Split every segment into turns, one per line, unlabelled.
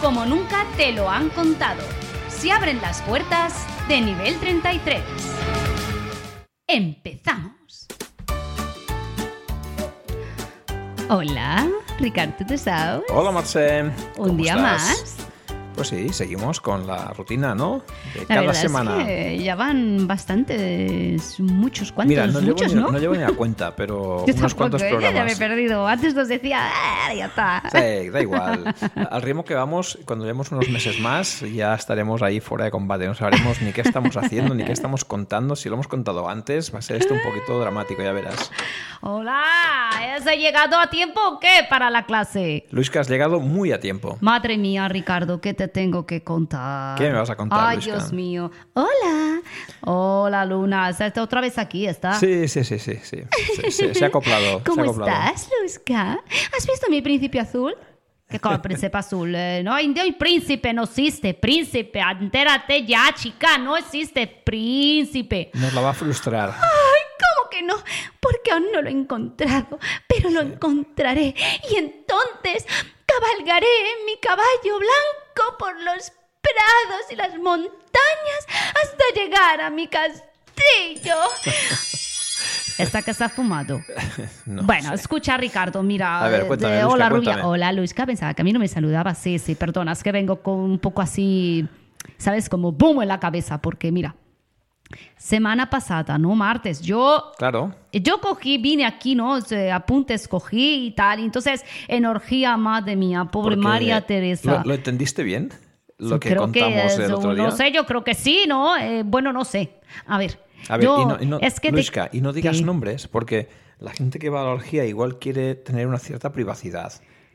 como nunca te lo han contado. Se abren las puertas de nivel 33. Empezamos. Hola, Ricard Tutu Saus.
Hola, Mercé.
Un
¿Cómo
día
estás?
más.
Pues sí, seguimos con la rutina, ¿no? De
La
cada
verdad
semana.
es que ya van bastantes, muchos, cuantos,
Mira, no llevo,
muchos,
ni,
¿no?
no llevo ni a cuenta, pero
Yo
unos cuantos
tampoco, ¿eh? Ya-
programas.
ya me he perdido. Antes nos decía, "Ah, ya está.
Sí, da igual. Al ritmo que vamos, cuando llevemos unos meses más, ya estaremos ahí fuera de combate. No sabremos ni qué estamos haciendo, ni qué estamos contando. Si lo hemos contado antes, va a ser esto un poquito dramático, ya verás.
Hola, ¿has llegado a tiempo o qué para la clase?
Luis, que has llegado muy a tiempo.
Madre mía, Ricardo, ¿qué te tengo que contar?
¿Qué me vas a contar,
Ay,
Luisca?
Dios mío. Hola. Hola, Luna. ¿Estás otra vez aquí? ¿Está?
Sí, sí, sí, sí, sí. Se, se- se ha acoplado. se
Ah. ¿Cómo
ha acoplado.
estás, Luzca? ¿Has visto mi príncipe azul? Que como príncipe azul, eh, no, indio y príncipe no existe, príncipe, entérate ya, chica, no existe príncipe.
Nos la va a frustrar.
¿Cómo que no? Porque aún no lo he encontrado, pero lo encontraré y entonces cabalgaré en mi caballo blanco por los prados y las montañas hasta llegar a mi castillo. Esta que se ha fumado.
No
bueno, escucha Ricardo, mira.
A ver,
eh,
cuéntame,
eh,
Luzca,
hola
cuéntame.
Rubia, hola Luisca, pensaba que a mí no me saludaba. Sí, sí, perdona, es que vengo con un poco así, ¿sabes? Como boom en la cabeza, porque mira, semana pasada, ¿no? Martes, yo
Claro.
yo cogí, vine aquí, ¿no? Se- Apuntes cogí y tal. Y Entonces, energía, madre mía, pobre
porque-
María Teresa.
¿Lo, lo entendiste bien? Lo que
Creo
contamos
es
el otro
un-
día.
No sé, yo creo que sí, ¿no? Eh, bueno, no sé. A ver.
A ver,
yo-
y no, y no-
es que te-
Luisca, y no digas
¿Qué?
nombres, porque la gente que va a la orgía igual quiere tener una cierta privacidad,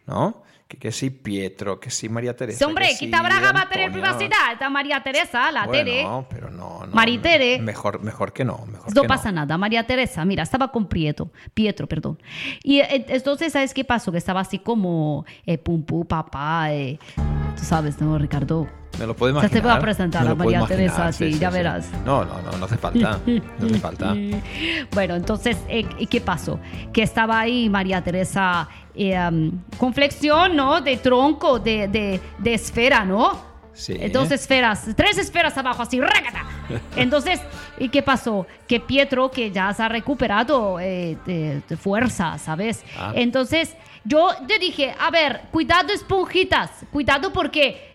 ¿no? Que, que sí Pietro, que sí María Teresa.
Sí, hombre,
que sí
quita braga va a tener
Antonio.
privacidad. Está María Teresa, la
bueno,
Tere.
pero no, no.
Maritere.
Mejor, mejor que no. Mejor
No
que
pasa nada. María Teresa, mira, estaba con Prieto, Pietro, perdón. Y eh, entonces, ¿sabes qué pasó? Que estaba así como eh, pum pum, papá. eh, Tú sabes, ¿no, Ricardo?
Me lo puedo
sea, te
imaginar.
voy a presentar
me
a
lo puedo
María Teresa,
imaginar,
sí, ya verás.
No, no, no, no hace falta. No hace falta.
Bueno, entonces, eh, ¿y ¿qué pasó? Que estaba ahí María Teresa eh, um, con flexión, ¿no? De tronco, de, de- de esfera, ¿no?
Sí.
Eh, Dos esferas, tres esferas abajo, así, ¡rácata! Entonces, ¿y qué pasó? Que Pietro, que ya se ha recuperado eh, de, de fuerza, ¿sabes?
Ah.
Entonces, yo te dije, a ver, cuidado esponjitas, cuidado porque,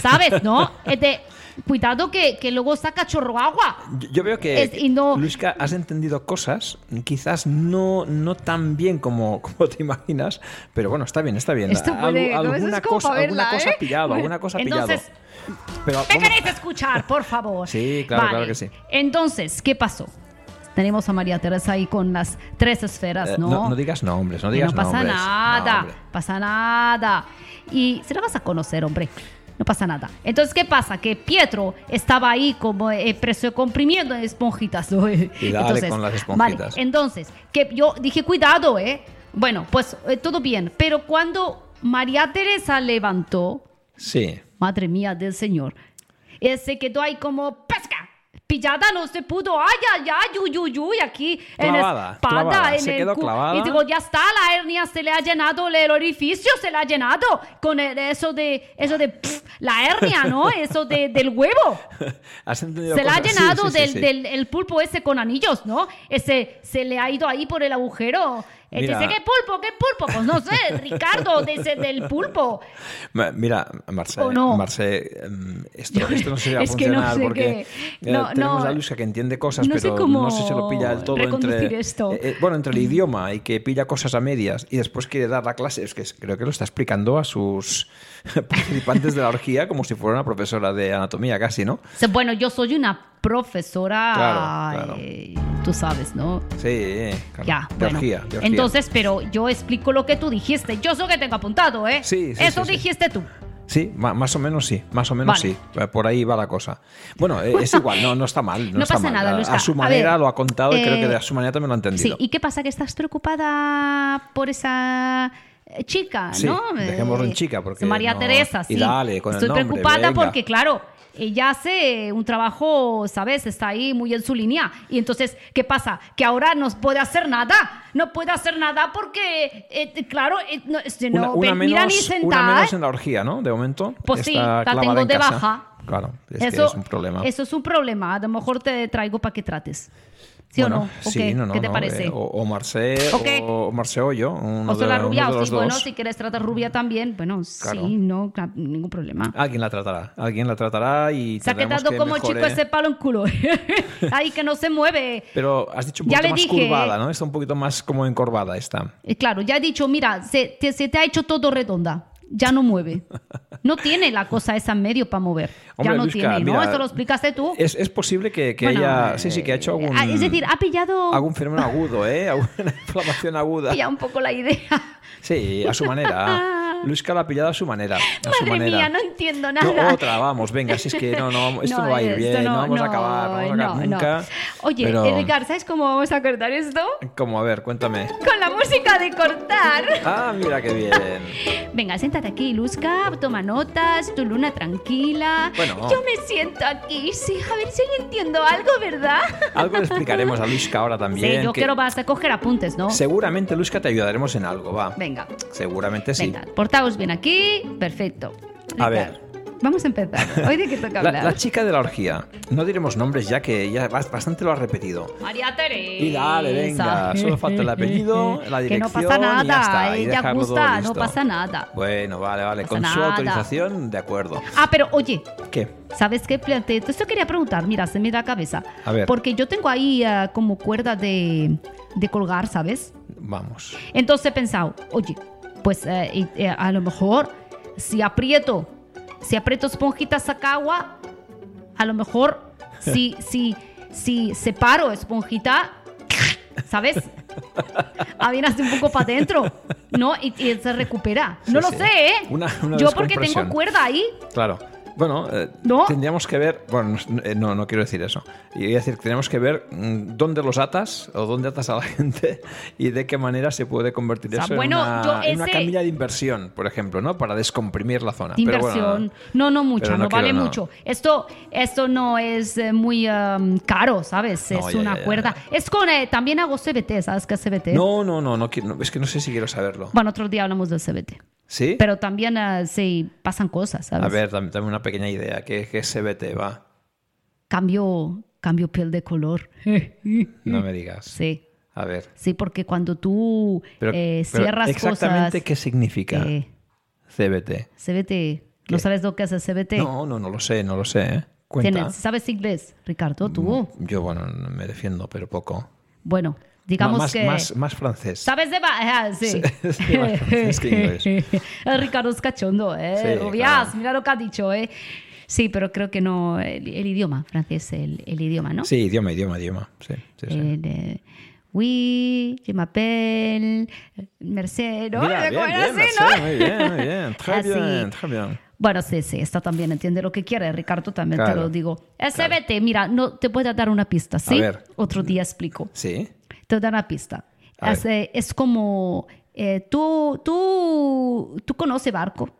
¿sabes, no? Eh, de- cuidado que, que luego saca chorro agua.
Yo- Yo veo que,
Es- y no-
Luisca, has entendido cosas, quizás no, no tan bien como, como te imaginas, pero bueno, está bien, está bien.
Esto
Algu-
puede- no, eso es
alguna,
como
cosa,
pa'
alguna
verla,
cosa
¿eh?
pillado,
Bueno,
alguna cosa
entonces,
pillado. Pero
¿Me
vamos-
queréis escuchar, por favor?
Ah, Sí, claro, claro que sí.
Entonces, ¿qué pasó? Tenemos a María Teresa ahí con las tres esferas,
eh,
¿no?
no, no digas nombres, no
Que
digas
no pasa
nombres.
nada,
No, hombre.
pasa nada. Y se la vas a conocer, hombre. No pasa nada. Entonces, ¿qué pasa? Que Pietro estaba ahí como eh, preso comprimiendo esponjitas. ¿no?
Y dale con las esponjitas.
vale, entonces, que yo dije, cuidado, ¿eh? Bueno, pues eh, todo bien. Pero cuando María Teresa levantó,
Sí.
madre mía del Señor, eh, se quedó ahí como pesca. Pillada no se pudo, ay, ay, ay, uy, uy, uy, aquí en
Clavada,
la espalda,
clavada,
en
se
el
quedó
cu-
clavada.
Y digo, ya está, la hernia se le ha llenado, el orificio se le ha llenado con el- eso de, eso de, pf, la hernia, ¿no? Eso de, del huevo.
Has entendido
Se le ha
cosas. Sí,
llenado
sí, sí,
del,
sí.
del- el pulpo ese con anillos, ¿no? Ese se le ha ido ahí por el agujero. Eh,
Mira.
Dice, ¿qué pulpo? ¿Qué pulpo? Pues no sé, Ricardo, dice, del pulpo.
Ma- Mira, Marce,
¿O no?
Marce, em, esto, esto no se va a
Es que no
funcionar
sé
porque
qué-
eh,
no,
tenemos
no,
a Luisa que entiende cosas,
no sé
pero
cómo
no sé si lo pilla del todo
reconducir
entre,
esto.
eh, eh, bueno, entre el idioma y que pilla cosas a medias y después quiere dar la clase. Es que es- creo que lo está explicando a sus participantes de la orgía como si fuera una profesora de anatomía casi, ¿no?
O sea, Bueno, yo soy una profesora,
Claro, claro.
eh, tú sabes, ¿no?
Sí, eh, claro,
Ya,
de
bueno.
orgía, de orgía.
Entonces, pero yo explico lo que tú dijiste. Yo sé que tengo apuntado, ¿eh?
Sí, sí,
Eso
sí, sí.
dijiste tú.
Sí, ma- más o menos sí, más o menos
Vale.
sí. Eh, Por ahí va la cosa. Bueno, eh, es igual, no, no está mal. No,
No
está
pasa
mal.
nada,
A-
Luisca.
A su
A
manera
ver,
lo ha contado y creo que
eh,
de a su manera también lo ha entendido.
Sí, ¿y qué pasa? Que estás preocupada por esa eh, chica,
Sí,
¿no?
dejémoslo en
Eh,
chica, porque
María
no-
Teresa,
y
sí.
dale con el
Estoy
nombre,
preocupada
venga.
porque, claro, ella hace un trabajo, ¿sabes? Está ahí muy en su línea. Y entonces, ¿qué pasa? Que ahora no puede hacer nada. No puede hacer nada porque, eh, claro, eh, no, si no,
una, una
ven- mira ni
menos, una
sentar.
menos en la orgía, ¿no? De momento.
Pues sí,
está
la
clavada
tengo
en
de
casa.
baja.
Claro, es que
eso,
es un problema.
eso es un problema. A lo mejor te traigo para que trates. ¿Sí o
Bueno,
no? ¿O
sí,
qué?
no, no,
¿Qué te
no,
parece?
eh, o, o Marcé
¿O qué?
o Marcé o yo. Uno
O
de,
soy la rubia,
uno de
o
los
sí, bueno,
dos.
si quieres tratar rubia también, bueno,
Claro.
sí, no, cla- ningún problema.
Alguien la tratará. Alguien la tratará y
Se ha
tendremos
quedado
que
como
mejore-
chico ese palo en culo. Ahí que no se mueve.
Pero has dicho un
Ya
poquito
le
más
dije.
curvada, ¿no? Está un poquito más como encorvada esta.
Eh, Claro, ya he dicho, mira, se te, se te ha hecho todo redonda. Ya no mueve. No tiene la cosa esa en medio para mover.
Hombre,
ya no
Luisca,
tiene, ¿no?
mira,
Eso lo explicaste tú.
Es, es posible que, que
Bueno,
ella...
eh,
Sí, sí, que ha hecho algún...
ah, Es decir, ha pillado,
Algún fenómeno agudo, ¿eh? Alguna inflamación aguda.
ha pillado un poco la idea.
Sí, a su manera. Luisca la ha pillado a su manera. A su
Madre
manera.
mía, no entiendo
No,
nada.
otra, vamos, venga, si es que no, no, esto no, va a ir
esto
bien, no, vamos a acabar, no vamos a acabar
no, no.
nunca.
Oye, eh,
pero-
Edgar, ¿sabes cómo vamos a cortar esto?
Como, a ver, cuéntame.
Con la música de cortar.
Ah, mira qué bien.
Venga, siéntate aquí, Luzca, toma notas, tu luna tranquila.
Bueno.
Yo me siento aquí, sí, a ver si yo entiendo algo, ¿verdad?
Algo le explicaremos a Luisca ahora también.
sí, yo
que
quiero vas a coger apuntes, ¿no?
Seguramente, Luisca, te ayudaremos en algo, va.
Venga,
Seguramente sí.
venga, portaos bien aquí, perfecto.
A
Ricardo,
ver.
Vamos a empezar. Hoy de qué toca
La,
hablar.
la chica de la orgía. No diremos nombres ya que ya bas- bastante lo ha repetido.
María Teresa.
Y dale, venga, solo falta el apellido, la
que no
dirección
pasa
y ya
nada,
está, y
ella
dejarlo todo
gusta, no
listo.
pasa nada.
Bueno, vale, vale.
Pasa
Con su
nada.
autorización, de acuerdo.
Ah, pero oye,
¿Qué?
¿Sabes qué? Plan- te- Esto quería preguntar, mira, se me da la cabeza.
A ver.
Porque yo tengo ahí ah, como cuerda de, de colgar, ¿sabes?
Vamos.
Entonces he pensado, oye, pues eh, y- eh, a lo mejor si aprieto, si aprieto esponjitas a agua, a lo mejor si, si, si separo esponjita, ¿sabes? Avienas un poco para adentro, ¿no? Y, y se recupera. No lo
Sí, sí.
sé, ¿eh?
Una- una
yo porque tengo
descompresión.
cuerda ahí.
Claro. Bueno, eh,
¿No?
tendríamos que ver. Bueno, no, eh, no, no quiero decir eso. Y voy a decir que tenemos que ver mm, dónde los atas o dónde atas a la gente y de qué manera se puede convertir
sea,
eso
bueno,
en, una,
yo
en una
ese-
camilla de inversión, por ejemplo, ¿no? Para descomprimir la zona.
de
Ah, Pero bueno,
inversión. no, no mucha,
pero
no,
no quiero,
vale
no.
mucho. Esto, esto no es eh, muy em, caro, ¿sabes?
No,
es
ya,
una
ya, ya,
cuerda. Es con, eh, también hago CBT, ¿sabes qué es CBT?
no, no, no, no, quiero- no, Es que no sé si quiero saberlo.
Bueno, otro día hablamos del CBT.
¿Sí?
Pero también eh, sí pasan cosas, ¿sabes?
A ver, dame, dame una pequeña idea. ¿Qué, qué CBT va?
Cambio, cambio piel de color.
No me digas.
Mm. sí,
A ver.
sí, porque cuando tú
Pero,
eh,
pero
cierras
exactamente qué
cosas...
significa
eh,
CBT.
CBT. ¿No sabes lo que es el CBT?
No, no, no lo sé, no lo sé. ¿eh? Cuenta. Mm.
Tienes- ¿Sabes inglés, Ricardo? Tú.
Yo, bueno, me defiendo, pero poco.
Bueno, digamos
más,
que.
más, más francés.
¿Sabes de ba- ah, sí.
Sí, más francés que inglés.
El Ricardo es cachondo, ¿eh?
Sí,
Rubias,
claro.
mira lo que ha dicho, ¿eh? Sí, pero creo que no. El, el idioma, francés, el, el idioma, ¿no?
Sí, idioma, idioma, idioma. Sí, sí, sí.
El, eh, oui, je m'appelle Mercedes. ¿no?
Mira,
¿Cómo
bien,
era así,
bien, Marcel,
no?
muy bien, muy bien. Très
Así.
bien, très bien.
Bueno, sí, sí, esta también entiende lo que quiere, Ricardo, también te
Claro,
lo digo.
claro.
SBT, mira, no te voy a dar una pista, ¿sí?
ver.
Otro día explico.
Sí.
Te da una pista.
A
Es, eh, es como, eh, tú, tú, tú conoces barco,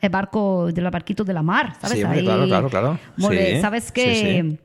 el barco de la barquito de la mar, ¿sabes?
Sí, hombre, claro, claro, claro.
Muy bien,
Sí,
¿Sabes
sí,
que
sí.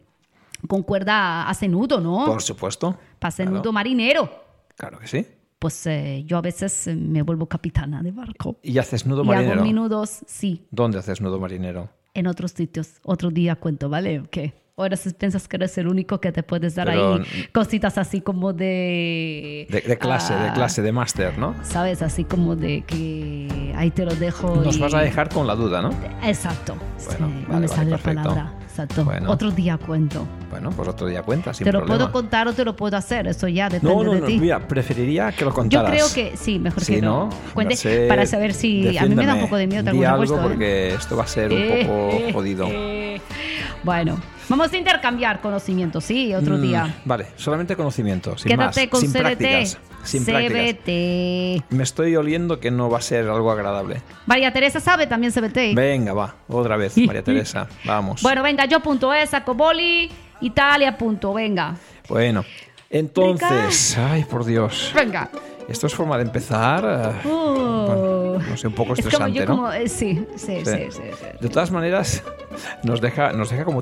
Con cuerda hace nudo, ¿no?
Por supuesto.
Pase
Claro.
nudo marinero.
Claro que sí.
Pues eh, yo a veces eh, me vuelvo capitana de barco.
¿Y haces nudo
y
marinero?
hago minudos, sí,
¿Dónde haces nudo marinero?
en otros sitios. Otro día cuento, ¿vale? Que ahora si piensas que eres el único que te puedes dar
Pero-
ahí cositas así como de...
De, de clase, de
Ah,
clase, de máster, ¿no?
¿Sabes? Así como de que ahí te lo dejo.
Nos
y-
vas a dejar con la duda, ¿no?
Exacto. Sí,
Bueno,
no
vale,
me
vale,
sale la
perfecto.
palabra. Exacto.
Bueno.
Otro día cuento.
Bueno, pues otro día cuenta, sin
te lo
problema.
puedo contar o te lo puedo hacer. Eso ya depende
No, no,
de
no,
ti.
mira, preferiría que lo
Yo
contaras.
creo que sí, mejor
Sí,
que
¿no?
lo cuente
Merced,
para saber si a mí me da un
defiéndeme.
poco de miedo te
Di
alguna
algo
puesto, ¿eh?
porque esto va a ser un
Eh, eh,
poco jodido.
eh. Bueno, vamos a intercambiar conocimientos, sí, otro
Mm,
día.
Vale, solamente conocimiento, sin
Quédate
más,
con
sin
CBT.
prácticas, sin prácticas.
CBT.
Me estoy oliendo que no va a ser algo agradable.
María Teresa sabe también CBT.
Venga, va, otra vez, María Teresa, vamos.
Bueno, venga, yo punto es, Acoboli, Italia punto, venga.
Bueno, entonces, ay, por Dios.
Venga.
Esto es forma de empezar. eh,
Uh.
no sé, un poco
es como yo
estresante, ¿no?
como, eh, sí, sí, sí, sí, sí.
De todas maneras, nos deja, nos deja como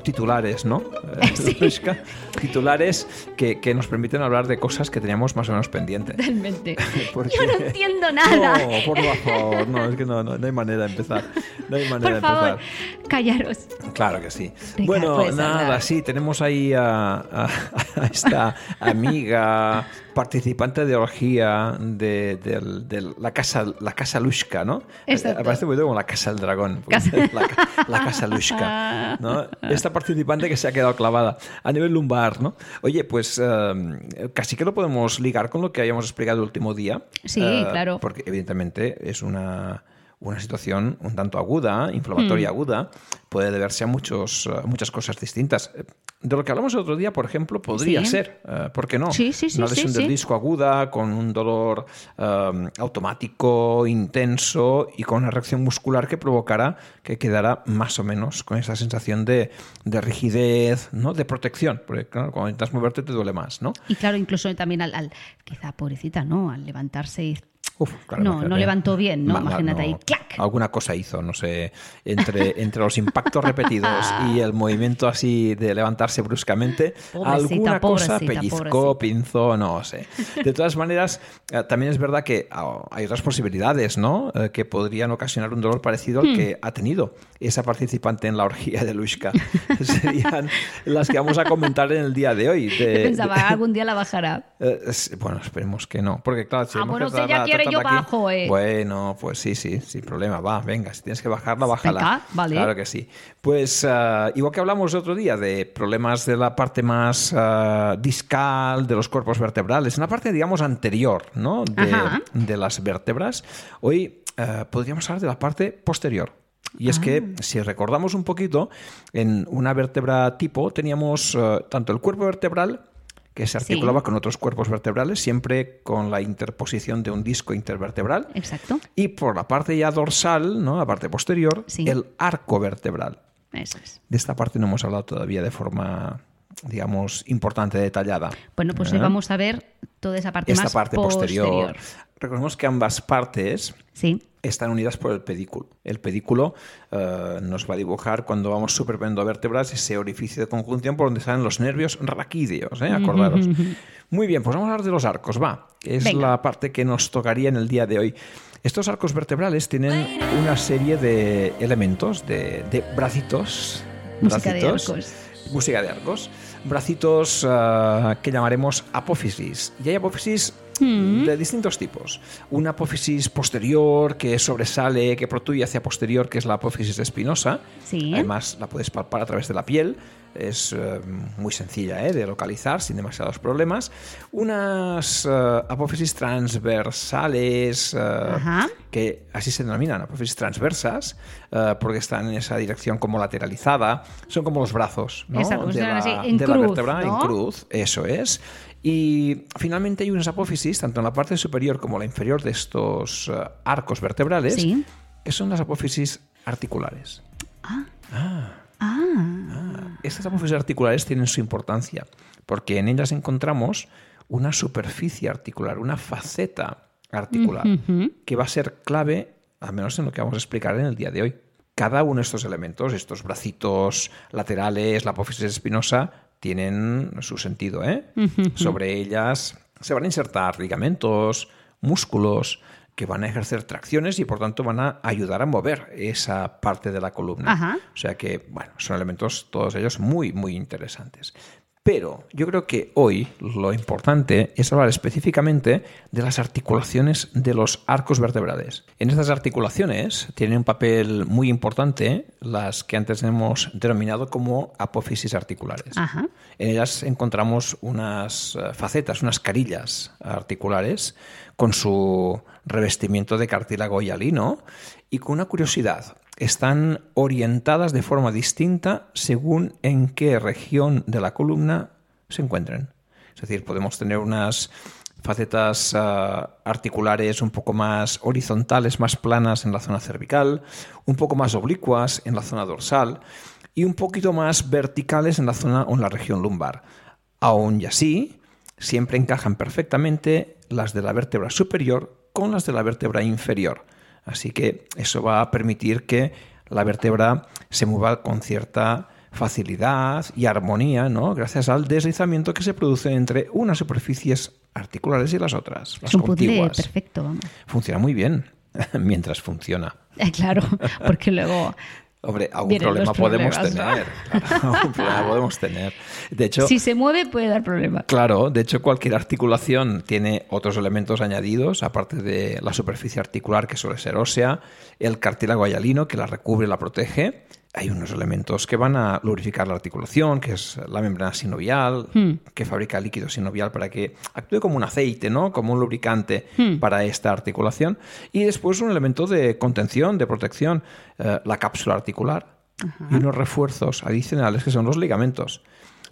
titulares, ¿no? Eh, nos deja titulares que, que nos permiten hablar de cosas que teníamos más o menos pendientes.
Totalmente.
Porque-
Yo no entiendo nada.
No, por favor, no, es que no, no, no hay manera de empezar. No hay manera
Por
de
favor,
empezar.
callaros.
Claro que sí.
Venga,
bueno,
puedes
nada,
hablar.
sí, tenemos ahí a, a- a esta amiga participante de orgía de, del- del- la casa la casa Lushka, ¿no?
Exacto.
Eh, Parece muy como la casa del dragón.
Casa-
La, ca- la casa Lushka, ¿no? Esta participante que se ha quedado clavada a nivel lumbar, ¿no? Oye, pues eh, casi que lo podemos ligar con lo que habíamos explicado el último día.
Sí,
Eh,
claro.
porque evidentemente es una, una situación un tanto aguda, inflamatoria aguda, puede deberse a muchos, eh, muchas cosas distintas. Eh, De lo que hablamos el otro día, por ejemplo, podría
Sí.
ser, eh, ¿por qué no?
Sí, sí, sí,
Una
sí,
lesión del
sí.
disco aguda, con un dolor eh, automático, intenso y con una reacción muscular que provocará que quedará más o menos con esa sensación de, de rigidez, ¿no? de protección, porque claro, cuando intentas moverte te duele más, ¿no?
Y claro, incluso también al, al- quizá pobrecita, ¿no? Al levantarse y
Uf, claro,
No,
imagínate.
no levantó bien, ¿no?
Ma- ma-
Imagínate ahí, ¡clac!
Alguna cosa hizo, no sé, entre, entre los impactos repetidos y el movimiento así de levantarse bruscamente,
Pobrecita,
alguna
pobrecita,
cosa pellizcó,
pobrecita.
pinzó, no sé. De todas maneras, eh, también es verdad que ah, hay otras posibilidades, ¿no? Eh, que podrían ocasionar un dolor parecido
Hmm.
al que ha tenido esa participante en la orgía de Luishka. Serían las que vamos a comentar en el día de hoy. de-
Yo pensaba, algún día la bajará.
eh, es- bueno, esperemos que no. Porque, claro, si
Ah,
hemos
bueno,
que
si ella
tratarla-
quiere, yo
tratarla aquí-
bajo, eh.
Bueno, pues sí, sí, sin problema. Va, venga, si tienes que bajarla, bájala.
Venga, vale.
Claro que sí. Pues, ah, igual que hablamos el otro día de problemas de la parte más ah, discal de los cuerpos vertebrales, en la parte, digamos, anterior, ¿no?
Ajá.
De, de las vértebras, hoy ah, podríamos hablar de la parte posterior. Y es que,
Ah.
si recordamos un poquito, en una vértebra tipo teníamos eh, tanto el cuerpo vertebral, que se
Sí.
articulaba con otros cuerpos vertebrales, siempre con la interposición de un disco intervertebral,
Exacto,
y por la parte ya dorsal, ¿no? la parte posterior,
Sí.
el arco vertebral.
eso es.
De esta parte no hemos hablado todavía de forma, digamos, importante, detallada.
Bueno, pues hoy
¿Eh?
vamos a ver toda esa parte
Esta
más
parte posterior. Recordemos que ambas partes
Sí,
están unidas por el pedículo. El pedículo eh, nos va a dibujar cuando vamos superponiendo vértebras ese orificio de conjunción por donde salen los nervios raquídeos, ¿eh? acordaros. Muy bien, pues vamos a hablar de los arcos, va. Es
Venga.
la parte que nos tocaría en el día de hoy. Estos arcos vertebrales tienen una serie de elementos, de, de bracitos.
Música de
bracitos,
arcos.
eh, Música de arcos. Bracitos ah, que llamaremos apófisis. Y hay apófisis de distintos tipos. Una apófisis posterior que sobresale, que protruye hacia posterior, que es la apófisis espinosa.
Sí.
Además, la puedes palpar a través de la piel. Es eh, muy sencilla ¿eh? de localizar, sin demasiados problemas. Unas eh, apófisis transversales, eh,
Ajá.
que así se denominan, apófisis transversas, eh, porque están en esa dirección como lateralizada. Son como los brazos ¿no?
Exacto,
de,
funcionan
la,
así, en
de la
cruz,
vértebra
¿no?
en cruz, eso es. Y finalmente hay unas apófisis, tanto en la parte superior como en la inferior de estos eh, arcos vertebrales,
Sí.
que son las apófisis articulares.
Ah,
Estas apófisis articulares tienen su importancia, porque en ellas encontramos una superficie articular, una faceta articular, que va a ser clave, al menos en lo que vamos a explicar en el día de hoy. Cada uno de estos elementos, estos bracitos laterales, la apófisis espinosa, tienen su sentido. ¿eh? Sobre ellas se van a insertar ligamentos, músculos, que van a ejercer tracciones y por tanto van a ayudar a mover esa parte de la columna.
Ajá.
O sea que, bueno, son elementos todos ellos muy, muy interesantes. Pero yo creo que hoy lo importante es hablar específicamente de las articulaciones de los arcos vertebrales. En estas articulaciones tienen un papel muy importante las que antes hemos denominado como apófisis articulares.
Ajá.
En ellas encontramos unas eh, facetas, unas carillas articulares con su revestimiento de cartílago y alino y con una curiosidad, están orientadas de forma distinta según en qué región de la columna se encuentren. Es decir, podemos tener unas facetas ah, articulares un poco más horizontales, más planas en la zona cervical, un poco más oblicuas en la zona dorsal y un poquito más verticales en la zona o en la región lumbar. Aún y así, siempre encajan perfectamente las de la vértebra superior con las de la vértebra inferior. Así que eso va a permitir que la vértebra se mueva con cierta facilidad y armonía, ¿no? Gracias al deslizamiento que se produce entre unas superficies articulares y las otras, las
es un puzzle
contiguas.
perfecto, vamos.
Funciona muy bien mientras funciona.
Eh, Claro, porque luego
Hombre, algún
Vienen
problema
los
podemos
problemas, ¿no?
tener. claro, algún problema podemos tener. De hecho,
si se mueve puede dar problemas.
Claro, de hecho cualquier articulación tiene otros elementos añadidos, aparte de la superficie articular que suele ser ósea, el cartílago hayalino que la recubre y la protege. Hay unos elementos que van a lubrificar la articulación, que es la membrana sinovial, que fabrica líquido sinovial para que actúe como un aceite, ¿no? Como un lubricante para esta articulación. Y después un elemento de contención, de protección, eh, la cápsula articular. Y unos refuerzos adicionales que son los ligamentos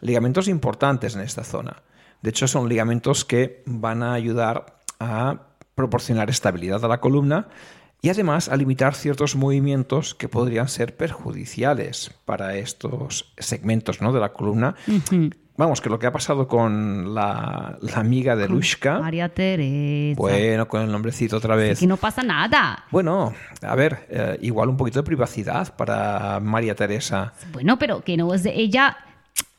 ligamentos importantes en esta zona. De hecho, son ligamentos que van a ayudar a proporcionar estabilidad a la columna y además a limitar ciertos movimientos que podrían ser perjudiciales para estos segmentos ¿no? de la columna.
Mm.
Vamos, que lo que ha pasado con la, la amiga de Lushka,
¿Ah? María Teresa.
bueno, con el nombrecito otra vez.
Aquí no pasa nada.
Bueno, a ver, eh, igual un poquito de privacidad para María Teresa.
Bueno, pero que no es de ella.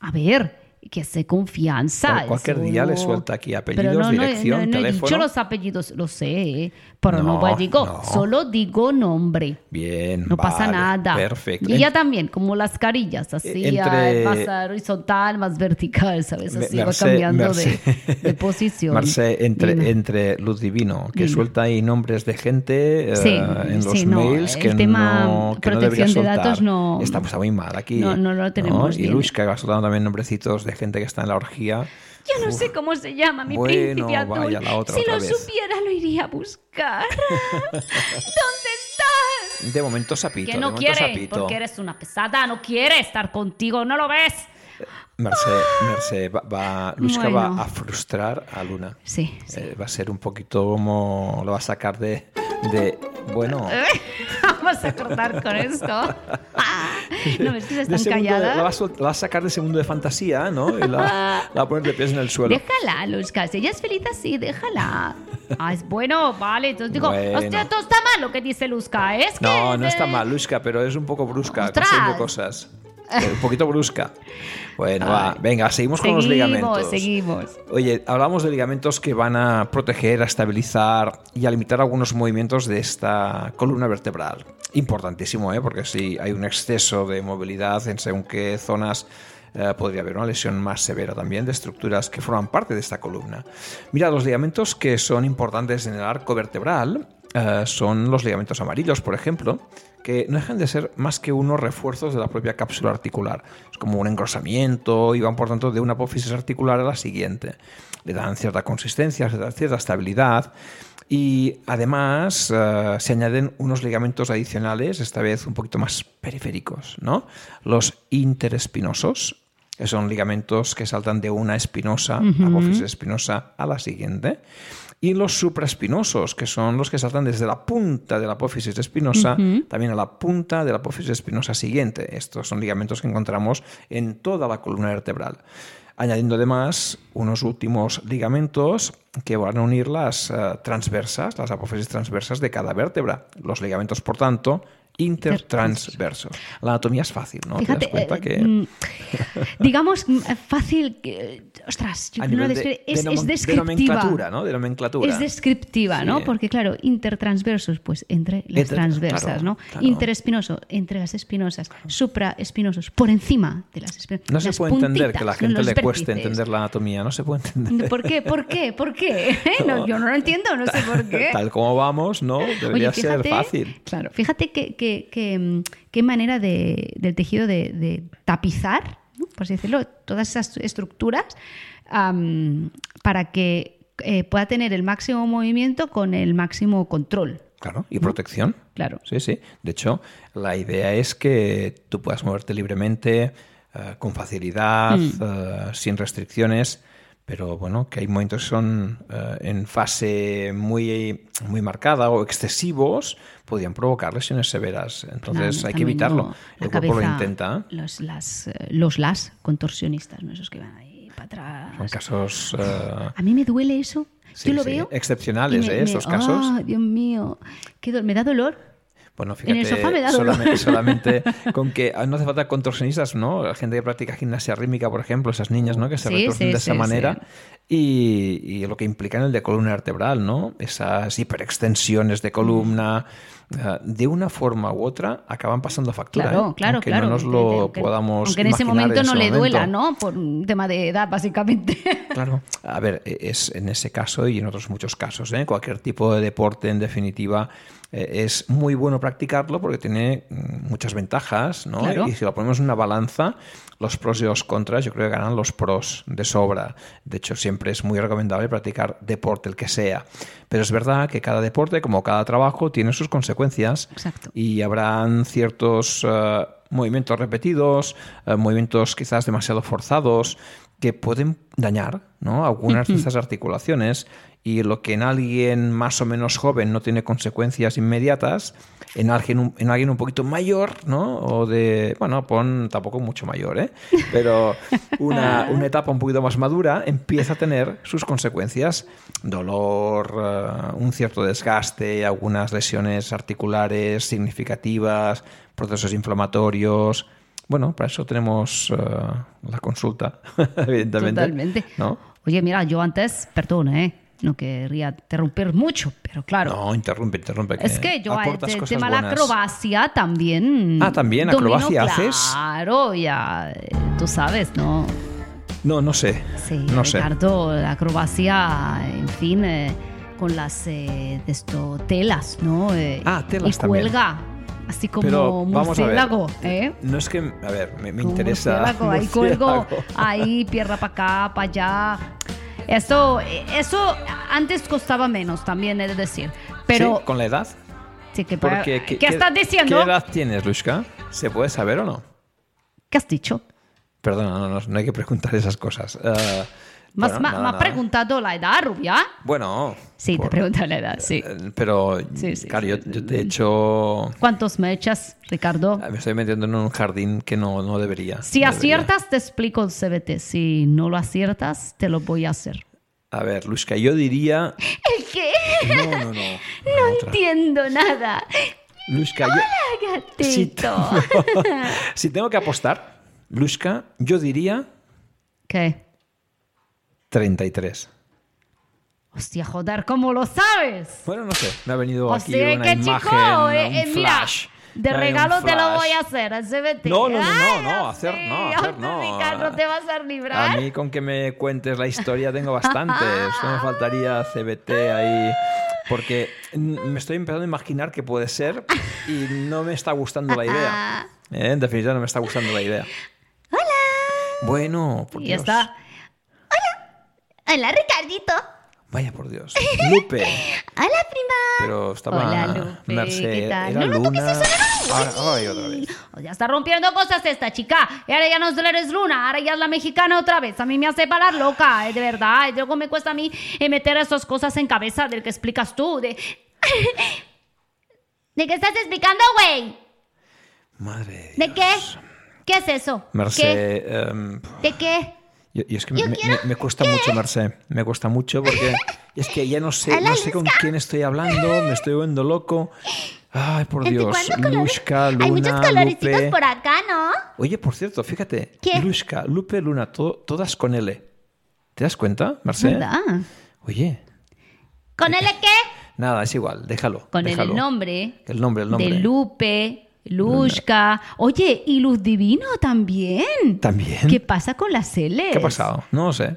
A ver, que se confianza.
Pero cualquier día le suelta aquí apellidos,
Pero no, no,
dirección,
no, no he
teléfono.
dicho los apellidos, lo sé, pero no,
No,
voy- digo,
no.
solo digo nombre.
Bien,
No pasa
vale,
nada.
Perfecto.
Y ella
En-
también, como las carillas, así,
Entre-
ah, más horizontal, más vertical, ¿sabes?
Me-
Así
Mercé-
va cambiando de,
Mercé-
de posición.
Mercé, entre,
Dime.
entre Luz Divino, que
Dime.
suelta ahí nombres de gente eh,
Sí,
en los
sí, no,
mails
el
que
tema
no, que no
protección
debería
de
soltar.
datos no-
Está, está muy mal aquí.
No, no lo tenemos
Y
bien.
Luis, que va soltando también nombrecitos de gente que está en la orgía.
Yo no sé cómo se llama mi
Bueno,
príncipe azul.
vaya, la otra
si
otra
lo
vez.
supiera lo iría a buscar. ¿Dónde está?
De momento sapito,
Que
de
no
momento
quiere,
sapito.
porque eres una pesada, no quiere estar contigo, ¿no lo ves?
Mercé, Mercé, va, va, Luisca
Bueno.
va a frustrar a Luna.
Sí, sí.
Eh, va a ser un poquito como... Lo va a sacar de... de bueno...
Vamos a cortar con esto. no, es que se
de
están
segundo de-
calladas.
La vas, sol- la vas a sacar de segundo de fantasía, ¿no? Y la, la vas a poner de pies en el suelo.
Déjala, Luzca. Si ella es feliz así, déjala. Ah, es bueno, vale. Entonces digo,
Bueno.
hostia, todo está mal lo que dice Luzca. Es que.
No, no está
eh,
mal, Luisca, pero es un poco brusca
¡Ostras!
haciendo cosas. Eh, Un poquito brusca. Bueno, va, venga, seguimos con los
Seguimos,
ligamentos.
seguimos.
Oye, hablamos de ligamentos que van a proteger, a estabilizar y a limitar algunos movimientos de esta columna vertebral. Importantísimo, ¿eh? porque si hay un exceso de movilidad en según qué zonas eh, podría haber una lesión más severa también de estructuras que forman parte de esta columna. Mira, los ligamentos que son importantes en el arco vertebral eh, son los ligamentos amarillos, por ejemplo, que no dejan de ser más que unos refuerzos de la propia cápsula articular. Es como un engrosamiento y van, por tanto, de una apófisis articular a la siguiente. Le dan cierta consistencia, cierta, cierta estabilidad. Y además eh, se añaden unos ligamentos adicionales, esta vez un poquito más periféricos, ¿no? Los interespinosos, que son ligamentos que saltan de una espinosa, apófisis espinosa, a la siguiente. Y los supraespinosos, que son los que saltan desde la punta de la apófisis espinosa también a la punta de la apófisis espinosa siguiente. Estos son ligamentos que encontramos en toda la columna vertebral añadiendo además unos últimos ligamentos que van a unir las eh, transversas, las apófisis transversas de cada vértebra. Los ligamentos, por tanto, intertransversos. La anatomía es fácil, ¿no?
Fíjate,
Te das cuenta
eh,
que...
mm, digamos, mm, fácil, que, ostras, yo
a
creo que no
nivel de,
describe-
de
es,
nomen-
es
de
descriptiva.
nomenclatura, ¿no? De nomenclatura.
Es descriptiva,
Sí.
¿no? Porque claro, intertransversos, pues entre las
Entre-
transversas,
claro,
¿no?
claro.
Interespinoso, entre las espinosas, supraespinosos, por encima de las espinosas.
No se
Las
puede entender
puntitas,
que a la
¿no?
gente
Los
le cueste
vértices.
entender la anatomía, no se puede entender.
¿Por qué? ¿Por qué? ¿Por qué? ¿Eh? No, yo no lo entiendo, no sé por qué.
Tal como vamos, ¿no? Debería
Oye,
ser fácil.
Claro, fíjate que- que- que, mm, qué manera de, del tejido de, de tapizar, ¿no? por así decirlo, todas esas estructuras am, para que eh, pueda tener el máximo movimiento con el máximo control.
Claro, y protección.
Claro.
Sí, sí. De hecho, la idea es que tú puedas moverte libremente, eh, con facilidad,
Mm.
eh, sin restricciones, pero bueno, que hay momentos que son eh, en fase muy, muy marcada o excesivos, podrían provocar lesiones severas. Entonces
Claro,
hay que
también
evitarlo.
no. La
El cuerpo lo
cabeza,
intenta.
Los las, eh, los las contorsionistas, ¿no? esos que van ahí para
Son
atrás.
casos eh,
A mí me duele eso.
sí,
Yo lo
sí,
veo. y
excepcionales,
me-
¿eh?
me-
Estos casos.
¡Ah, Dios mío, qué do- me da dolor.
Bueno, fíjate,
En el sofá me da dolor.
solamente, solamente con que ah, no hace falta contorsionistas, ¿no? La gente que practica gimnasia rítmica, por ejemplo, esas niñas, ¿no? Que se
Sí,
retorcen
sí,
de esa
sí,
manera. Y, y lo que implica en el de columna vertebral, ¿no? Esas hiperextensiones de columna, ah, de una forma u otra, acaban pasando factura.
Mm. Claro,
¿eh?
claro,
Aunque
claro.
no nos
Aunque-
lo
aunque-
podamos
Aunque en ese
imaginar
momento no
ese
le duela,
momento.
¿no? Por un tema de edad, básicamente.
Claro. A ver, e- es en ese caso y en otros muchos casos, ¿eh? cualquier tipo de deporte, en definitiva, eh, es muy bueno practicarlo porque tiene mm, muchas ventajas, ¿no?
Claro.
Y si lo ponemos en una balanza, los pros y los contras, yo creo que ganan los pros de sobra. De hecho, siempre es muy recomendable practicar deporte, el que sea. Pero es verdad que cada deporte, como cada trabajo, tiene sus consecuencias
Exacto.
y habrán ciertos eh, movimientos repetidos, eh, movimientos quizás demasiado forzados que pueden dañar ¿no? algunas de estas articulaciones y lo que en alguien más o menos joven no tiene consecuencias inmediatas, en alguien, en alguien un poquito mayor, ¿no? O de, bueno, pon tampoco mucho mayor, ¿eh? Pero una, una etapa un poquito más madura empieza a tener sus consecuencias, dolor, eh, un cierto desgaste, algunas lesiones articulares significativas, procesos inflamatorios. Bueno, para eso tenemos eh, la consulta, evidentemente.
Totalmente.
¿No?
Oye, mira, yo antes, perdón, ¿eh? No querría interrumpir mucho, pero claro.
No, interrumpe, interrumpe.
Es que yo el
aportas
te-
cosas
tema de la
buenas.
acrobacia también.
Ah, también
domino,
acrobacia haces.
Claro, ya eh, tú sabes, ¿no?
No, no sé.
Sí,
no sé.
Ricardo, la acrobacia, en fin, eh, con las eh, de esto, telas, ¿no? Eh,
Ah, telas
Y
también.
cuelga, así como
Pero vamos a ver.
murciélago, ¿eh?
No es que, a ver, me, me
Como
interesa.
murciélago, ahí
murciélago.
cuelgo, ahí pierna para acá, para allá. Esto, eso antes costaba menos también, he de decir. Pero,
Sí, ¿Con la edad?
sí que, para-
Porque,
¿qué estás diciendo?
¿Qué edad tienes, Lushka? ¿Se puede saber o no?
¿Qué has dicho?
Perdona, no, no, no hay que preguntar esas cosas. Eh,
¿Me has,
bueno,
me-
nada,
me has
nada.
preguntado la edad, Rubia?
Bueno.
Sí,
por-
te pregunto la edad, sí.
eh, Pero,
Sí, sí,
claro,
sí.
yo, yo te he hecho.
¿Cuántos me echas, Ricardo?
Me estoy metiendo en un jardín que no, no eh, debería.
Si
no debería.
aciertas, te explico el CBT. Si no lo aciertas, te lo voy a hacer.
A ver, Lushka, yo diría.
¿El qué?
No, no, no. No
Entiendo nada.
Lushka, yo.
Gatito.
Si, si tengo que apostar, Lushka, yo diría
¿Qué?
33.
Hostia, joder, ¿cómo lo sabes?
Bueno, no sé, me ha venido
O
aquí
sea,
una
que
imagen,
chico,
un
eh, eh, mira,
flash.
De
Hay un
regalo te lo
flash.
voy a hacer, así vete.
No, no, no, no,
Ay,
no, hacer
sí,
no, hacer no.
auténtica, no te vas a librar.
A mí con que me cuentes la historia tengo bastante. Solo me faltaría CBT ahí. Porque n- me estoy empezando a imaginar que puede ser y no me está gustando la idea. Eh, En definitiva, no me está gustando la idea. ¡Hola! Bueno, por
Y ya
Dios.
está.
Hola, Ricardito.
Vaya por Dios. Lupe.
Hola, prima.
Pero estaba
Hola, Lupe, ¿qué
Merced.
tal?
Era
No, no
Luna. Ahora- ay, otra vez.
Ya está rompiendo cosas esta chica. Ahora ya no eres Luna, ahora ya es la mexicana otra vez. A mí me hace parar loca, eh, de verdad. Y Luego me cuesta a mí eh, meter esas cosas en cabeza del que explicas tú. De... ¿De qué estás explicando, güey?
Madre de
¿De
Dios.
qué? ¿Qué es eso?
Merced.
¿Qué?
em,
¿De qué?
Yo, yo es que me, me- me cuesta mucho, Merced. Me cuesta mucho porque es que ya no sé, no sé con quién estoy hablando, me estoy volviendo loco. Ay, por
¿Entre
Dios.
cuándo colores?
Lushka, Luna,
Hay muchos colorecitos
Lupe.
por acá, ¿no?
Oye, por cierto, fíjate.
¿Qué?
Lushka, Lupe, Luna, todo- todas con L. ¿Te das cuenta, Merced?
¿Verdad?
Oye,
¿Con él qué?
nada, es igual, déjalo.
Con el,
déjalo.
nombre,
El nombre, el nombre.
de Lupe, Lushka. Oye, y Luz Divino también.
También.
¿Qué pasa con las L?
¿Qué ha pasado? No lo sé.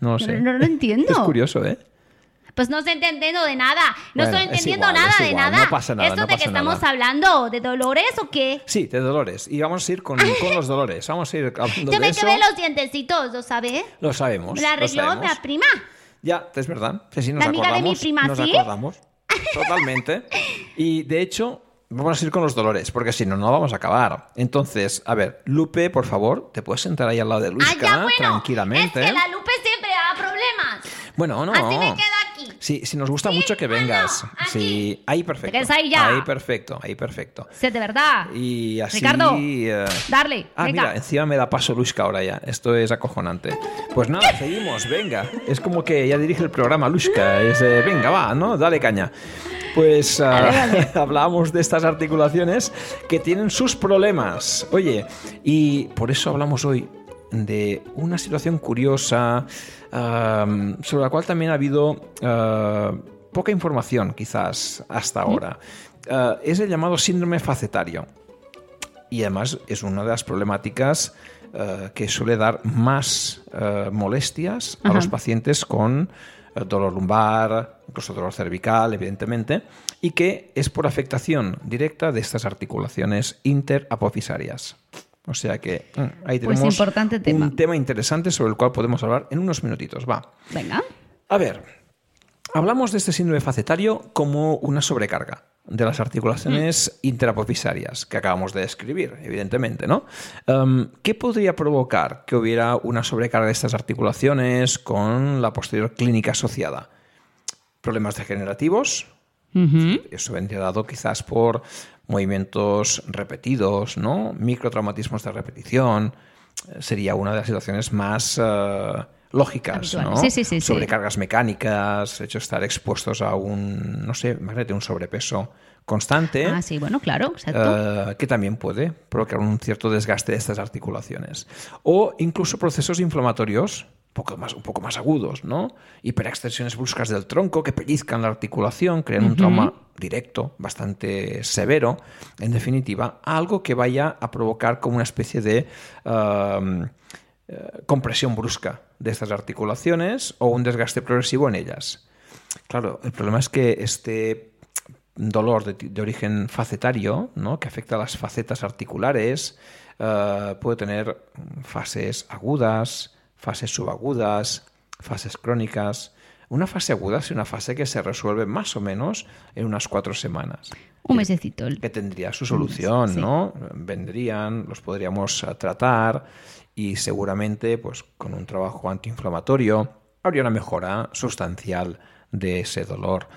No lo sé.
No, no lo entiendo.
Es curioso, ¿eh?
Pues no estoy entendiendo de nada. No
Bueno,
estoy
es
entendiendo
igual,
nada
es
de
igual,
nada.
no pasa nada,
¿Esto
no
de que
pasa
estamos
nada.
hablando? ¿De dolores o qué?
Sí, de Dolores. Y vamos a ir con, con los Dolores. Vamos a ir hablando
Yo
de
me
eso.
quedé los dientecitos, ¿lo sabes?
Lo sabemos.
Me la
lo
arregló
sabemos.
mi prima.
Ya, es verdad. Sí, sí, nos
La amiga de mi
acordamos.
prima,
nos
¿sí?
acordamos. Totalmente. Y de hecho, vamos a ir con los dolores, porque si no, no vamos a acabar. Entonces, a ver, Lupe, por favor, te puedes sentar ahí al lado de Luisca
Ah, ya, bueno.
tranquilamente. ¿eh?
Es que la Lupe siempre da problemas.
Bueno, no.
Así me quedo aquí.
Sí, sí, nos gusta mucho que vengas.
aquí.
Sí, ahí perfecto.
quedas ahí ya.
Ahí perfecto, ahí perfecto.
Sí, de verdad.
Y así.
Ricardo,
eh,
Darle.
Ah,
venga.
mira, encima me da paso Luisca ahora ya. Esto es acojonante. Pues nada, seguimos, venga. Es como que ya dirige el programa Luisca. Es de, venga, va, ¿no? Dale caña. Pues ah, hablábamos de estas articulaciones que tienen sus problemas. Oye, y por eso hablamos hoy de una situación curiosa ah, sobre la cual también ha habido ah, poca información quizás hasta ahora. Ah, es el llamado síndrome facetario y además es una de las problemáticas eh, que suele dar más eh, molestias a los pacientes con eh, dolor lumbar, incluso dolor cervical, evidentemente, y que es por afectación directa de estas articulaciones interapofisarias. O sea que mm, ahí
Pues
tenemos
importante tema.
un tema interesante sobre el cual podemos hablar en unos minutitos. Va.
Venga.
A ver, hablamos de este síndrome facetario como una sobrecarga de las articulaciones interapofisarias que acabamos de describir, evidentemente, ¿no? Em, ¿Qué podría provocar que hubiera una sobrecarga de estas articulaciones con la posterior clínica asociada? Problemas degenerativos, eso vendría dado quizás por movimientos repetidos, ¿no? Microtraumatismos de repetición. eh, Sería una de las situaciones más eh, lógicas,
Habitual.
¿no?
Sí, sí, sí, sí.
Sobrecargas mecánicas, hecho estar expuestos a un, no sé, imagínate, un sobrepeso constante.
Ah, sí, bueno, claro, exacto.
eh, que también puede provocar un cierto desgaste de estas articulaciones. O incluso procesos inflamatorios un poco más, un poco más agudos, ¿no? Hiperextensiones bruscas del tronco que pellizcan la articulación, crean un trauma directo, bastante severo, en definitiva, algo que vaya a provocar como una especie de um, eh, compresión brusca de estas articulaciones o un desgaste progresivo en ellas. Claro, el problema es que este dolor de, ti- de origen facetario, ¿no? que afecta a las facetas articulares, eh, puede tener fases agudas, fases subagudas, fases crónicas. Una fase aguda es una fase que se resuelve más o menos en unas cuatro semanas
Un mesecito.
que tendría su solución,
Sí.
¿no? Vendrían, los podríamos eh, tratar y seguramente, pues, con un trabajo antiinflamatorio, habría una mejora sustancial de ese dolor.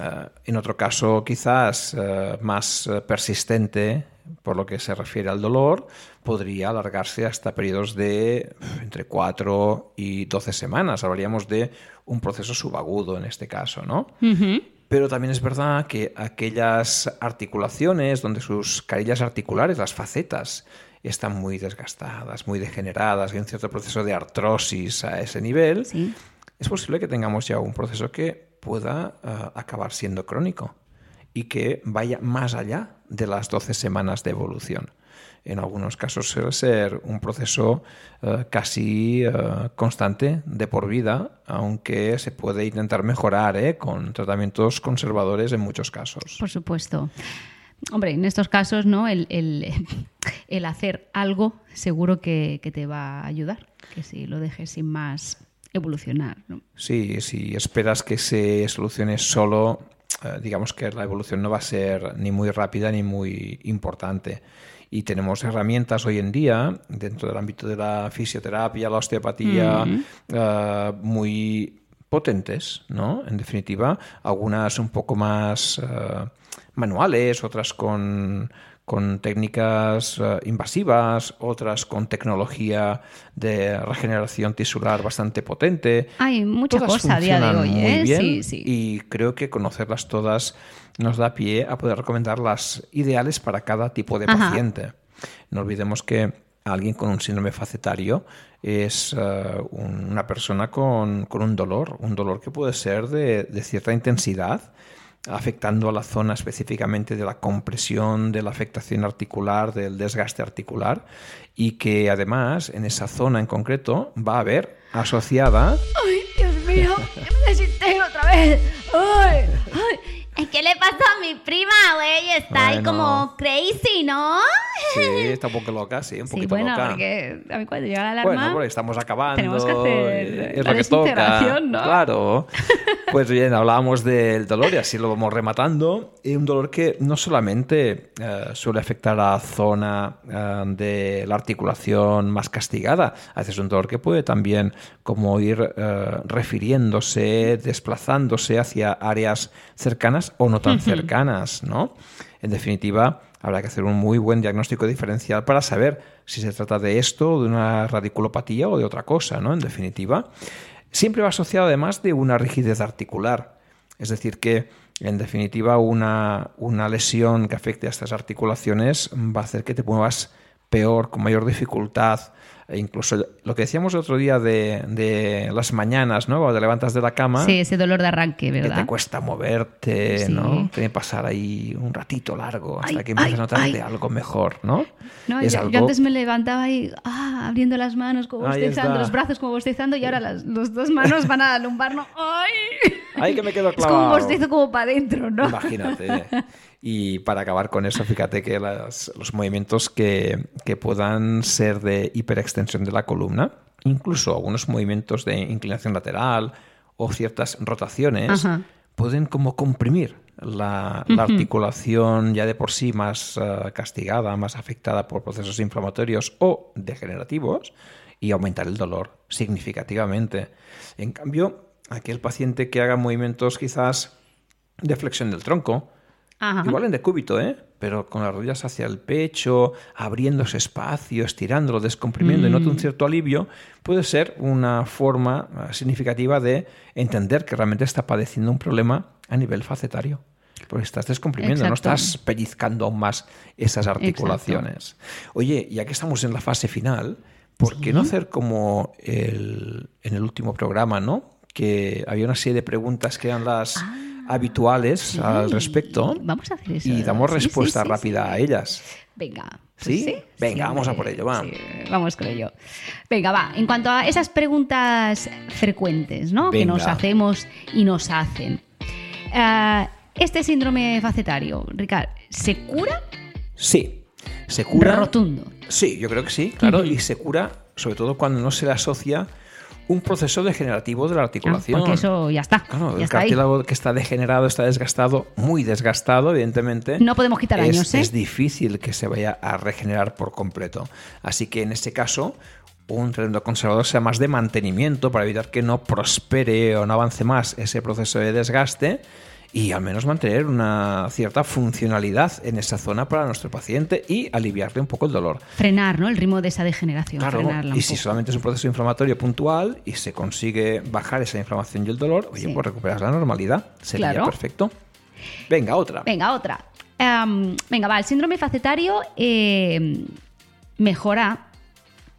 Eh, en otro caso, quizás eh, más eh, persistente, por lo que se refiere al dolor, podría alargarse hasta periodos de uf, entre 4 y 12 semanas. Hablaríamos de un proceso subagudo en este caso, ¿no? Pero también es verdad que aquellas articulaciones donde sus carillas articulares, las facetas, están muy desgastadas, muy degeneradas, hay un cierto proceso de artrosis a ese nivel,
Sí.
es posible que tengamos ya un proceso que pueda eh, acabar siendo crónico y que vaya más allá de las 12 semanas de evolución. En algunos casos suele ser un proceso eh, casi eh, constante de por vida, aunque se puede intentar mejorar ¿eh? con tratamientos conservadores en muchos casos.
Por supuesto. Hombre, en estos casos, ¿no? El, el- el hacer algo seguro que, que te va a ayudar. Que si lo dejes sin más evolucionar, ¿no?
Sí, si esperas que se solucione solo, eh, digamos que la evolución no va a ser ni muy rápida ni muy importante. Y tenemos herramientas hoy en día dentro del ámbito de la fisioterapia, la osteopatía, eh, muy potentes, ¿no? En definitiva, algunas un poco más eh, manuales, otras con, con técnicas eh, invasivas, otras con tecnología de regeneración tisular bastante potente.
Hay mucha
Todas
cosa a día de hoy,
funcionan muy
¿eh?
bien
Sí, sí.
Y creo que conocerlas todas nos da pie a poder recomendar las ideales para cada tipo de
Ajá.
paciente. No olvidemos que alguien con un síndrome facetario es eh, un- una persona con, con un dolor, un dolor que puede ser de, de cierta intensidad afectando a la zona específicamente de la compresión, de la afectación articular, del desgaste articular y que además en esa zona en concreto va a haber asociada
¡Ay, Dios mío! ¡Me desintero otra vez! ¡Ay! ¡Ay!
Es que le pasó a mi prima, güey? Está ahí
Bueno.
como crazy, ¿no?
Sí, está un poco loca, sí, un
Sí,
poquito
bueno,
loca.
porque a mí cuando llega la alarma...
Bueno, porque estamos acabando. eh,
tenemos que hacer
es
la
lo que toca.
desintegración, ¿no?
Claro. Pues bien, hablábamos del dolor y así lo vamos rematando. Y un dolor que no solamente eh, suele afectar a la zona eh, de la articulación más castigada, a veces es un dolor que puede también como ir eh, refiriéndose, desplazándose hacia áreas cercanas o no tan cercanas, ¿no? En definitiva, habrá que hacer un muy buen diagnóstico diferencial para saber si se trata de esto, de una radiculopatía o de otra cosa, ¿no? En definitiva, siempre va asociado además de una rigidez articular. Es decir, que en definitiva una, una lesión que afecte a estas articulaciones va a hacer que te muevas peor, con mayor dificultad. E incluso lo que decíamos el otro día de, de las mañanas, ¿no? Cuando te levantas de la cama
Sí, ese dolor de arranque,
que
¿verdad?
te cuesta moverte,
Sí.
¿no? Tiene que pasar ahí un ratito largo hasta
Ay,
que
ay,
empiezas a notarte
ay.
algo mejor, ¿no?
No,
Es
yo, yo
algo-
antes me levantaba y ah, abriendo las manos, como
Ahí
bostezando,
está.
los brazos como bostezando, y ahora las los dos manos van a lumbarnos. ¡Ay!
Ay, que me quedo
Es como un
clavado.
bostezo como para adentro, ¿no?
Imagínate. Y para acabar con eso, fíjate que las- los movimientos que, que puedan ser de hiperextensión de la columna, incluso algunos movimientos de inclinación lateral o ciertas rotaciones,
Ajá.
pueden como comprimir la, la articulación ya de por sí más eh, castigada, más afectada por procesos inflamatorios o degenerativos y aumentar el dolor significativamente. En cambio, aquel paciente que haga movimientos quizás de flexión del tronco,
Ajá.
igual en decúbito, ¿eh? pero con las rodillas hacia el pecho, abriendo ese espacio, estirándolo, descomprimiendo y nota
Mm.
un cierto alivio, puede ser una forma ah, significativa de entender que realmente está padeciendo un problema a nivel facetario. Porque estás descomprimiendo,
Exacto.
no estás pellizcando aún más esas articulaciones. Oye, ya que estamos en la fase final, ¿por qué no hacer como el- en el último programa, ¿no? Que había una serie de preguntas que eran las habituales
Ah,
al
Sí.
respecto.
Vamos a hacer eso.
Y damos
Sí, sí,
respuesta
sí,
rápida
sí.
a ellas.
Venga. pues
¿Sí? Venga,
sí,
vamos a
hombre,
por ello, va.
sí, vamos con ello. Venga, va. En cuanto a esas preguntas frecuentes, ¿no? Que nos
Venga.
hacemos y nos hacen. Ah, este síndrome facetario, Ricard, ¿se cura?
Sí. ¿Se cura?
Rotundo.
Sí, yo creo que sí, claro. Y se cura, sobre todo cuando no se le asocia un proceso degenerativo de la
Ah,
articulación.
porque eso ya está.
Claro,
ya
el
está ahí.
cartílago que está degenerado, está desgastado, muy desgastado, evidentemente.
No podemos quitar
es,
años, ¿eh?
Es difícil que se vaya a regenerar por completo. Así que en este caso, un tratamiento conservador sea más de mantenimiento para evitar que no prospere o no avance más ese proceso de desgaste y al menos mantener una cierta funcionalidad en esa zona para nuestro paciente y aliviarle un poco el dolor.
Frenar, ¿no? El ritmo de esa degeneración.
Claro,
frenarla un
y si
poco.
solamente es un proceso inflamatorio puntual y se consigue bajar esa inflamación y el dolor, oye,
Sí.
pues recuperas la normalidad. Sería
Claro.
perfecto. Venga, otra.
Venga, otra. Em, venga, va, el síndrome facetario eh, mejora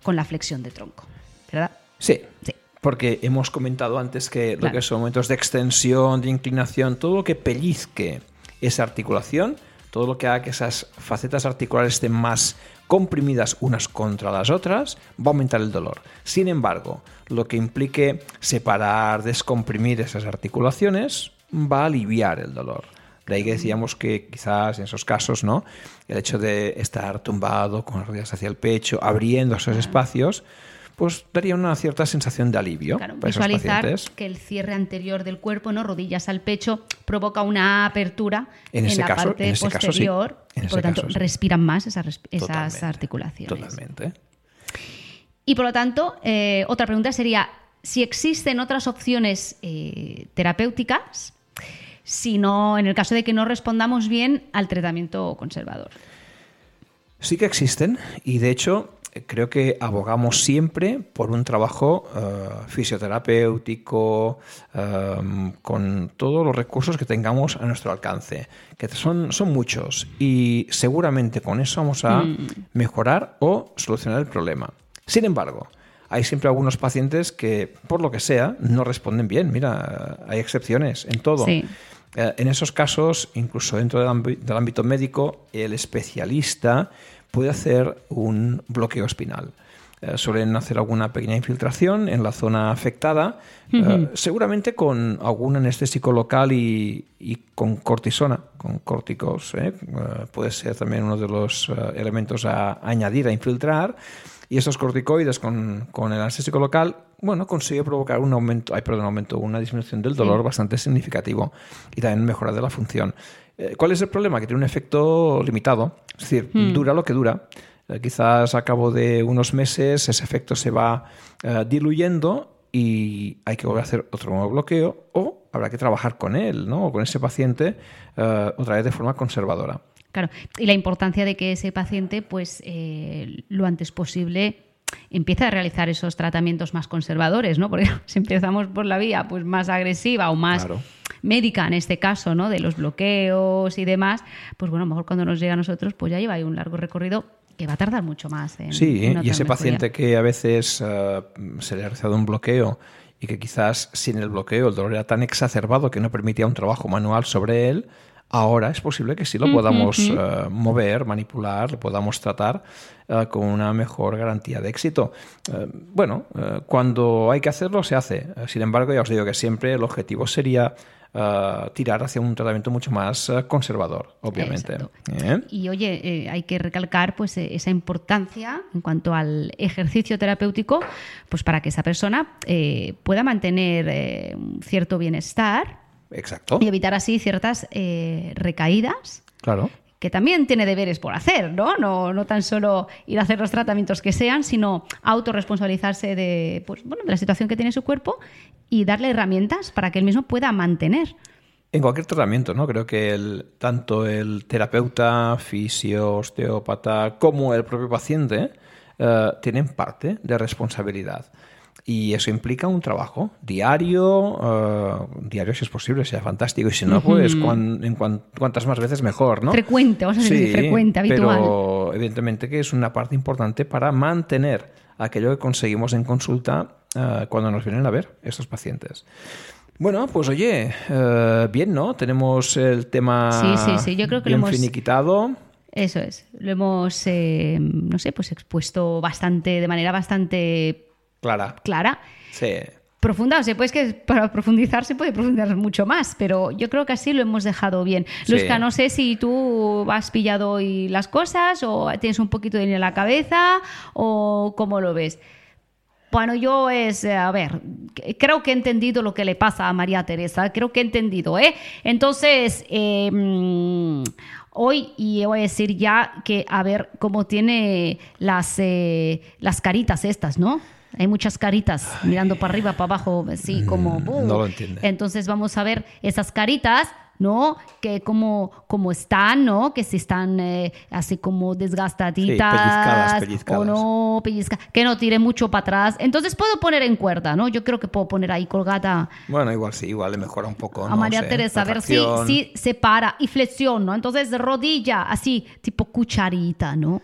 con la flexión de tronco, ¿verdad?
Sí.
Sí.
Porque hemos comentado antes que lo
Claro.
que son momentos de extensión, de inclinación, todo lo que pellizque esa articulación, todo lo que haga que esas facetas articulares estén más comprimidas unas contra las otras, va a aumentar el dolor. Sin embargo, lo que implique separar, descomprimir esas articulaciones, va a aliviar el dolor. De ahí que decíamos que quizás en esos casos, ¿no? El hecho de estar tumbado con las rodillas hacia el pecho, abriendo esos espacios, pues daría una cierta sensación de alivio
Claro,
para esos
visualizar
pacientes.
que el cierre anterior del cuerpo, ¿no? rodillas al pecho, provoca una apertura
En
en,
ese
la
caso-
parte
en ese caso, sí.
posterior.
En
y
ese
por lo tanto,
caso, sí.
respiran más esas, resp- esas
Totalmente,
articulaciones.
Totalmente.
Y por lo tanto, eh, otra pregunta sería si existen otras opciones eh, terapéuticas, si no, en el caso de que no respondamos bien al tratamiento conservador.
Sí que existen y de hecho eh, creo que abogamos siempre por un trabajo eh, fisioterapéutico eh, con todos los recursos que tengamos a nuestro alcance, que son, son muchos y seguramente con eso vamos a
Mm.
mejorar o solucionar el problema. Sin embargo, hay siempre algunos pacientes que, por lo que sea, no responden bien. Mira, hay excepciones en todo.
Sí.
Eh, en esos casos, incluso dentro del, ámbi- del ámbito médico, el especialista puede hacer un bloqueo espinal. Eh, suelen hacer alguna pequeña infiltración en la zona afectada, eh, seguramente con algún anestésico local y, y con cortisona, con córticos. ¿eh? Eh, puede ser también uno de los eh, elementos a añadir, a infiltrar. Y estos corticoides con, con el anestésico local, bueno, consigue provocar un aumento, ay, perdón, un aumento, una disminución del dolor bastante significativo y también mejora de la función. Eh, ¿Cuál es el problema? Que tiene un efecto limitado, es decir, dura lo que dura. Eh, quizás a cabo de unos meses ese efecto se va eh, diluyendo y hay que volver a hacer otro nuevo bloqueo o habrá que trabajar con él, ¿no? O con ese paciente eh, otra vez de forma conservadora.
Claro, y la importancia de que ese paciente, pues, eh, lo antes posible empiece a realizar esos tratamientos más conservadores, ¿no? Porque si empezamos por la vía, pues, más agresiva o más
Claro.
médica en este caso, ¿no? De los bloqueos y demás, pues bueno, a lo mejor cuando nos llega a nosotros, pues ya lleva ahí un largo recorrido que va a tardar mucho más. en- en
Sí,
notar
y ese
mejoría.
paciente que a veces eh, se le ha realizado un bloqueo y que quizás sin el bloqueo el dolor era tan exacerbado que no permitía un trabajo manual sobre él, ahora es posible que sí lo podamos eh, mover, manipular, lo podamos tratar eh, con una mejor garantía de éxito. Eh, bueno, eh, cuando hay que hacerlo se hace. Eh, Sin embargo, ya os digo que siempre el objetivo sería eh, tirar hacia un tratamiento mucho más eh, conservador, obviamente.
Exacto.
¿Eh?
Y oye, eh, hay que recalcar pues eh, esa importancia en cuanto al ejercicio terapéutico, pues para que esa persona eh, pueda mantener eh, un cierto bienestar
Exacto.
y evitar así ciertas eh, recaídas
Claro.
que también tiene deberes por hacer, ¿no? No, no tan solo ir a hacer los tratamientos que sean, sino autorresponsabilizarse de, pues, bueno, de la situación que tiene su cuerpo y darle herramientas para que él mismo pueda mantener.
En cualquier tratamiento, ¿no? Creo que el, tanto el terapeuta, fisio, osteópata, como el propio paciente eh, tienen parte de responsabilidad. Y eso implica un trabajo diario, eh, diario si es posible, sea fantástico, y si no, pues cuan- en cuan- cuantas más veces mejor, ¿no?
Frecuente, vamos a decir, frecuente, habitual.
Pero evidentemente que es una parte importante para mantener aquello que conseguimos en consulta eh, cuando nos vienen a ver estos pacientes. Bueno, pues oye, eh, bien, ¿no? Tenemos el tema
Sí, sí, sí, yo creo que lo
bien
hemos-
finiquitado.
Eso es. Lo hemos, eh, no sé, pues expuesto bastante, de manera bastante
Clara,
clara.
sí.
Profunda, o sea, pues que para profundizar se puede profundizar mucho más, pero yo creo que así lo hemos dejado bien.
Sí.
Luzca, no sé si tú has pillado hoy las cosas o tienes un poquito de en la cabeza o cómo lo ves. Bueno, yo es, eh, a ver, c- creo que he entendido lo que le pasa a María Teresa, creo que he entendido, ¿eh? Entonces, eh, mm, hoy y voy a decir ya que a ver cómo tiene las, eh, las caritas estas, ¿no? Hay muchas caritas mirando para arriba, para abajo, así como...
Mm, no lo entiende.
Entonces vamos a ver esas caritas, ¿no? Que como, como están, ¿no? Que si están eh, así como desgastaditas
pellizcadas,
o
pellizcadas.
no no pellizca, que no tire mucho para atrás. Entonces puedo poner en cuerda, ¿no? Yo creo que puedo poner ahí colgada
Bueno, igual sí, igual le mejora un poco.
a
no
María
sé,
Teresa,
la
a ver si,
tracción.
si se para y flexión, ¿no? Entonces rodilla, así, tipo cucharita, ¿no?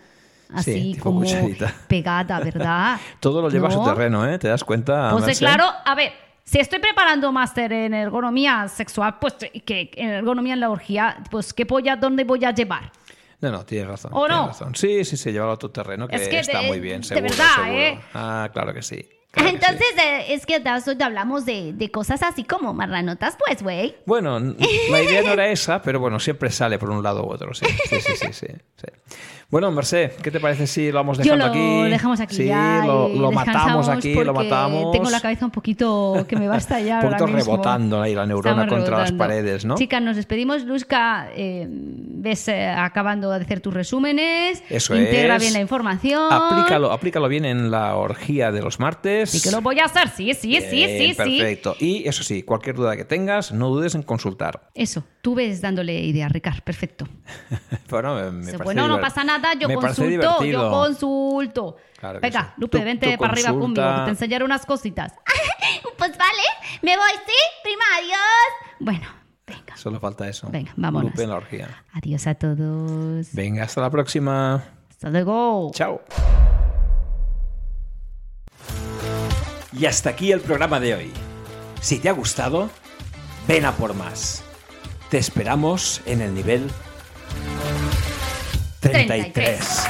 Así
Sí, tipo
como
cucharita.
pegada, ¿verdad?
Todo lo lleva a su
¿No?
terreno, ¿eh? ¿Te das cuenta?
Pues eh,
Merced?
claro, a ver, Si estoy preparando máster en ergonomía sexual, pues que en ergonomía en la orgía, pues qué voy a, dónde voy a llevar.
No, no, tienes razón.
¿O
tienes
no?
razón. Sí, sí, sí, llevarlo a tu terreno, que,
Es que
está
de-
muy bien,
de
seguro.
verdad,
seguro.
¿eh?
Ah, claro que sí. claro que sí.
Entonces, eh, es que de eso ya hablamos de, de cosas así como marranotas, pues, güey.
Bueno, n- la idea no era esa, pero bueno, siempre sale por un lado u otro. Sí, sí, sí, sí. sí, sí. Bueno, Merced, ¿qué te parece si lo vamos
Yo
dejando
lo
aquí?
dejamos aquí.
Sí,
ya,
lo,
y
lo matamos
descansamos
aquí, lo
porque
matamos.
Tengo la cabeza un poquito que me va a estallar.
Un poquito
ahora mismo.
rebotando ahí la neurona
Estamos
contra las
rebotando.
paredes, ¿no?
Chicas, nos despedimos. Luzca, eh, ves eh, acabando de hacer tus resúmenes.
Eso
Integra
es.
bien la información.
Aplícalo, aplícalo bien en la orgía de los martes.
Y que lo voy a hacer. Sí, sí, sí,
Bien,
sí, sí.
Perfecto. Y eso sí, cualquier duda que tengas, no dudes en consultar.
Eso, tú ves dándole ideas, Ricard. Perfecto.
Bueno, me, me parece
bueno, no
divert-
pasa nada. Yo
me parece
consulto. Yo
divertido.
consulto.
Claro que sí.
Venga, Lupe,
Tú-
vente
tú
para arriba
consulta.
conmigo. que Te enseñaré unas cositas. Ah,
Pues vale, me voy, ¿sí? Prima, adiós.
Bueno, venga.
Solo falta eso.
Venga, vámonos.
Lupe en la orgía.
Adiós a todos.
Venga, hasta la próxima.
Hasta luego.
Chao. Y hasta aquí el programa de hoy. Si te ha gustado, ven a por más. Te esperamos en el nivel 33.
33.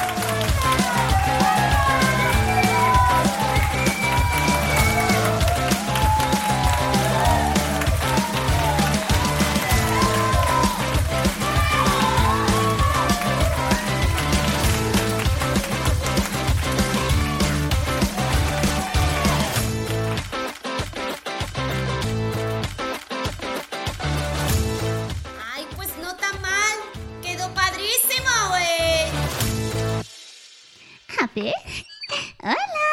Ay, pues no tan mal. Quedó padrísimo, güey. A ver. Hola.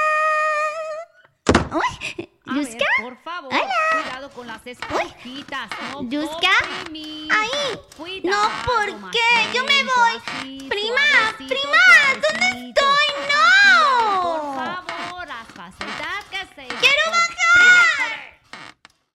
Uy,
A
Luzca.
ver, por favor, cuidado con las esponjitas. No
Luzca.
comprimir.
Ay,
Cuidado,
no, ¿por qué? Yo me voy.
masajito,
Prima,
suavecito,
prima,